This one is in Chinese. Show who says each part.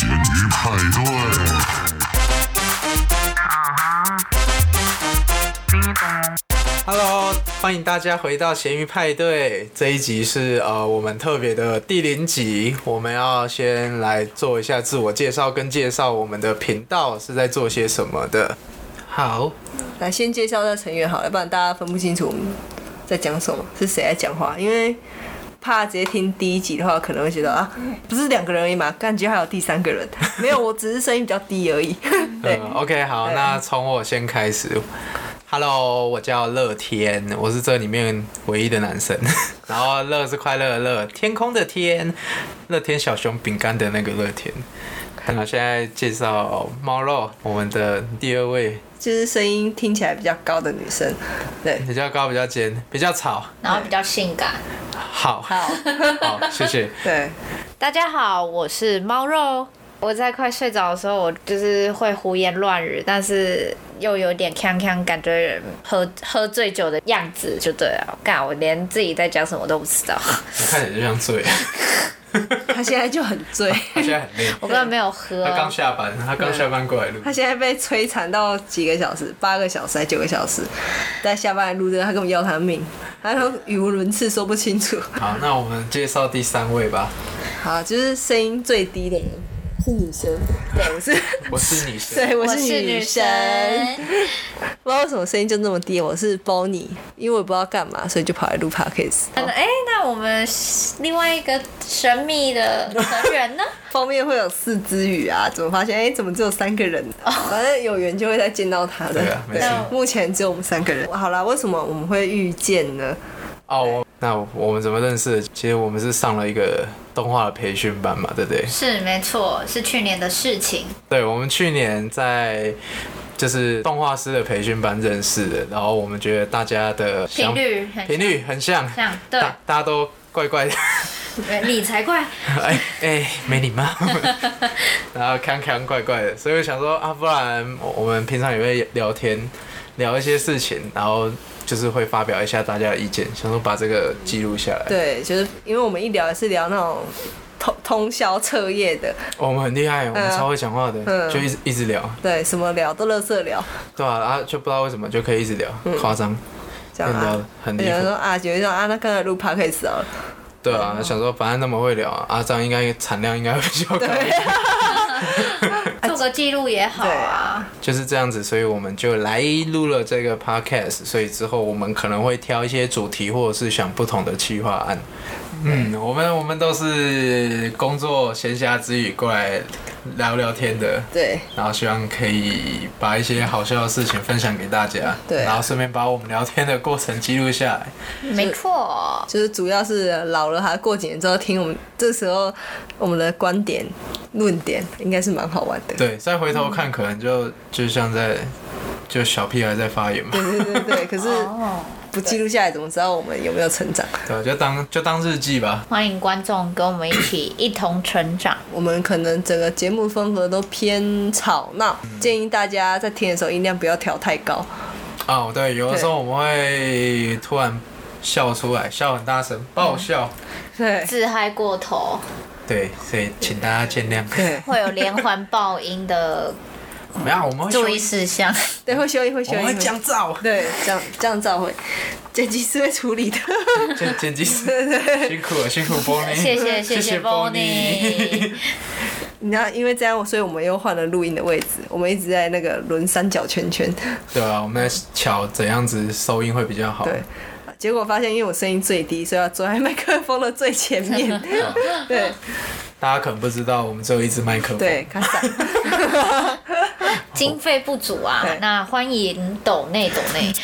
Speaker 1: 咸鱼派对。
Speaker 2: Hello，欢迎大家回到咸鱼派对。这一集是呃我们特别的第零集，我们要先来做一下自我介绍，跟介绍我们的频道是在做些什么的。好，
Speaker 3: 来先介绍一下成员好了，不然大家分不清楚我们在讲什么，是谁在讲话，因为怕直接听第一集的话，可能会觉得啊，不是两个人而已嘛，感觉还有第三个 人，没有，我只是声音比较低 而已。对，
Speaker 2: 呃，OK，好，那从我先开始。Hello，我叫乐天，我是这里面唯一的男 生。然后乐是快乐的乐，天空的天，乐天小熊饼干的那个乐天。看到现在介绍猫肉，我们的第二位
Speaker 3: 就是声音听起来比较高的女生。对，
Speaker 2: 比较高，比较尖，比较吵。
Speaker 4: 然后比较性感。
Speaker 2: 好，好，
Speaker 3: 好，
Speaker 2: 谢谢。
Speaker 3: 对，
Speaker 4: 大家好，我是猫肉。我在快睡着的时候，我就是会胡言乱语，但是又有点锵锵，感觉喝喝醉酒的样子就对了。干，我连自己在讲什么都不 知道，
Speaker 2: 我看起来就像醉，
Speaker 3: 她现在就很醉，
Speaker 2: 他现在很累，
Speaker 4: 我根本没有喝
Speaker 2: 他
Speaker 4: 啊、
Speaker 2: 刚下班，他刚下班过来录。
Speaker 3: 她现在被摧残到几个小时，八个小时还九个小时，在下班的路上，她根本要她命，她都语无伦次，说不清楚。
Speaker 2: 好，那我们介绍第三位吧。
Speaker 3: 好，就是声音最低的人是女生，对，我是。
Speaker 2: 我是女生，
Speaker 3: 对，我
Speaker 4: 我
Speaker 3: 是
Speaker 4: 是女
Speaker 3: 生，不知道为什么声音就那么低。我是 Bonnie，因为我不知道干嘛，所以就跑来录 podcast。
Speaker 4: 哎、那我们另外一个神秘的 成员呢？
Speaker 3: 封面会有四只鱼啊，怎么发现？哎、怎么只有三个人？反正有缘就会再见到他的。
Speaker 2: 对啊没事
Speaker 3: 目前只有我们三个人。好啦，为什么我们会遇见呢？
Speaker 2: 哦，我那我们怎么认识的？其实我们是上了一个动画的培训班嘛，对不对？
Speaker 4: 是没错，是去年的事情。
Speaker 2: 对，我们去年在。就是动画师的培训班认识的，然后我们觉得大家的想
Speaker 4: 频率很像
Speaker 2: 频率很像，
Speaker 4: 像对
Speaker 2: 大大家都怪怪的，
Speaker 4: 你才怪！
Speaker 2: 哎哎，没礼 貌，然后康康怪怪的，所以我想说啊，不然我我们平常也会聊天，聊一些事情，然后就是会发表一下大家的意见，想说把这个记录下来。
Speaker 3: 对，就是因为我们一聊也是聊那种通通宵彻夜的，
Speaker 2: 哦我们很厉害，我们超会讲话的，
Speaker 3: 嗯
Speaker 2: 就一直一直聊，
Speaker 3: 对，什么聊都乐色聊，
Speaker 2: 对啊，然后就不知道为什么就可以一直聊，夸张，
Speaker 3: 这样
Speaker 2: 很
Speaker 3: 嗯啊
Speaker 2: 聊。很
Speaker 3: 有
Speaker 2: 离
Speaker 3: 人
Speaker 2: 谱
Speaker 3: 说啊，觉得说啊，那刚才录 podcast 好了，
Speaker 2: 对啊，想说反正那么会聊啊，这样应该产量应该会比较高一点，
Speaker 4: 做个记录也好
Speaker 3: 对
Speaker 4: 啊
Speaker 3: 啊。
Speaker 2: 就是这样子，所以我们就来录了这个 podcast，所以之后我们可能会挑一些主题，或者是想不同的企划案。嗯，我们我们都是工作闲暇之余过来聊聊天的，
Speaker 3: 对，
Speaker 2: 然后希望可以把一些好笑的事情分享给大家，
Speaker 3: 对啊
Speaker 2: 然后顺便把我们聊天的过程记录下来。
Speaker 4: 没错，
Speaker 3: 就是主要是老了，还过几年之后听我们这时候我们的观点、论点，应该是蛮好玩的。
Speaker 2: 对，再回头看，可能就就像在就小屁孩在发言嘛，
Speaker 3: 对对对对，可是
Speaker 4: 哦，
Speaker 3: 不记录下来，怎么知道我们有没有成长？
Speaker 2: 对，就当就当日记吧。
Speaker 4: 欢迎观众跟我们一起一同成长。
Speaker 3: 我们可能整个节目风格都偏吵闹，建议大家在听的时候音量不要调太高。
Speaker 2: 哦，对，有的时候我们会突然笑出来，笑很大声，爆笑。
Speaker 3: 对
Speaker 4: 自嗨过头
Speaker 2: 对，所以请大家见谅。
Speaker 3: 对
Speaker 4: 会有连环爆音 的
Speaker 2: 没有，我们会
Speaker 4: 注
Speaker 2: 修
Speaker 4: 意，事项，
Speaker 3: 对，会修音，会修
Speaker 2: 我们会
Speaker 3: 音。
Speaker 2: 降 噪。
Speaker 3: 对，这样这样照会，剪辑师会处理的。
Speaker 2: 剪剪辑师辛苦了，辛苦 Bonnie，
Speaker 4: 谢谢
Speaker 2: 谢
Speaker 4: 哎谢谢
Speaker 2: Bonnie。
Speaker 4: Bonnie
Speaker 3: 你知道，因为这样，所以我们又换了录音的位置，我们一直在那个轮三角圈圈。
Speaker 2: 对啊，我们在瞧怎样子收音会比较好。
Speaker 3: 对，结果发现因为我声音最低，所以要坐在麦克风的最前面。对
Speaker 2: 大家可能不知道，我们只有一支麦克风。
Speaker 3: 对，卡萨，
Speaker 4: 经费不足 啊
Speaker 3: 对，
Speaker 4: 那欢迎抖内抖内。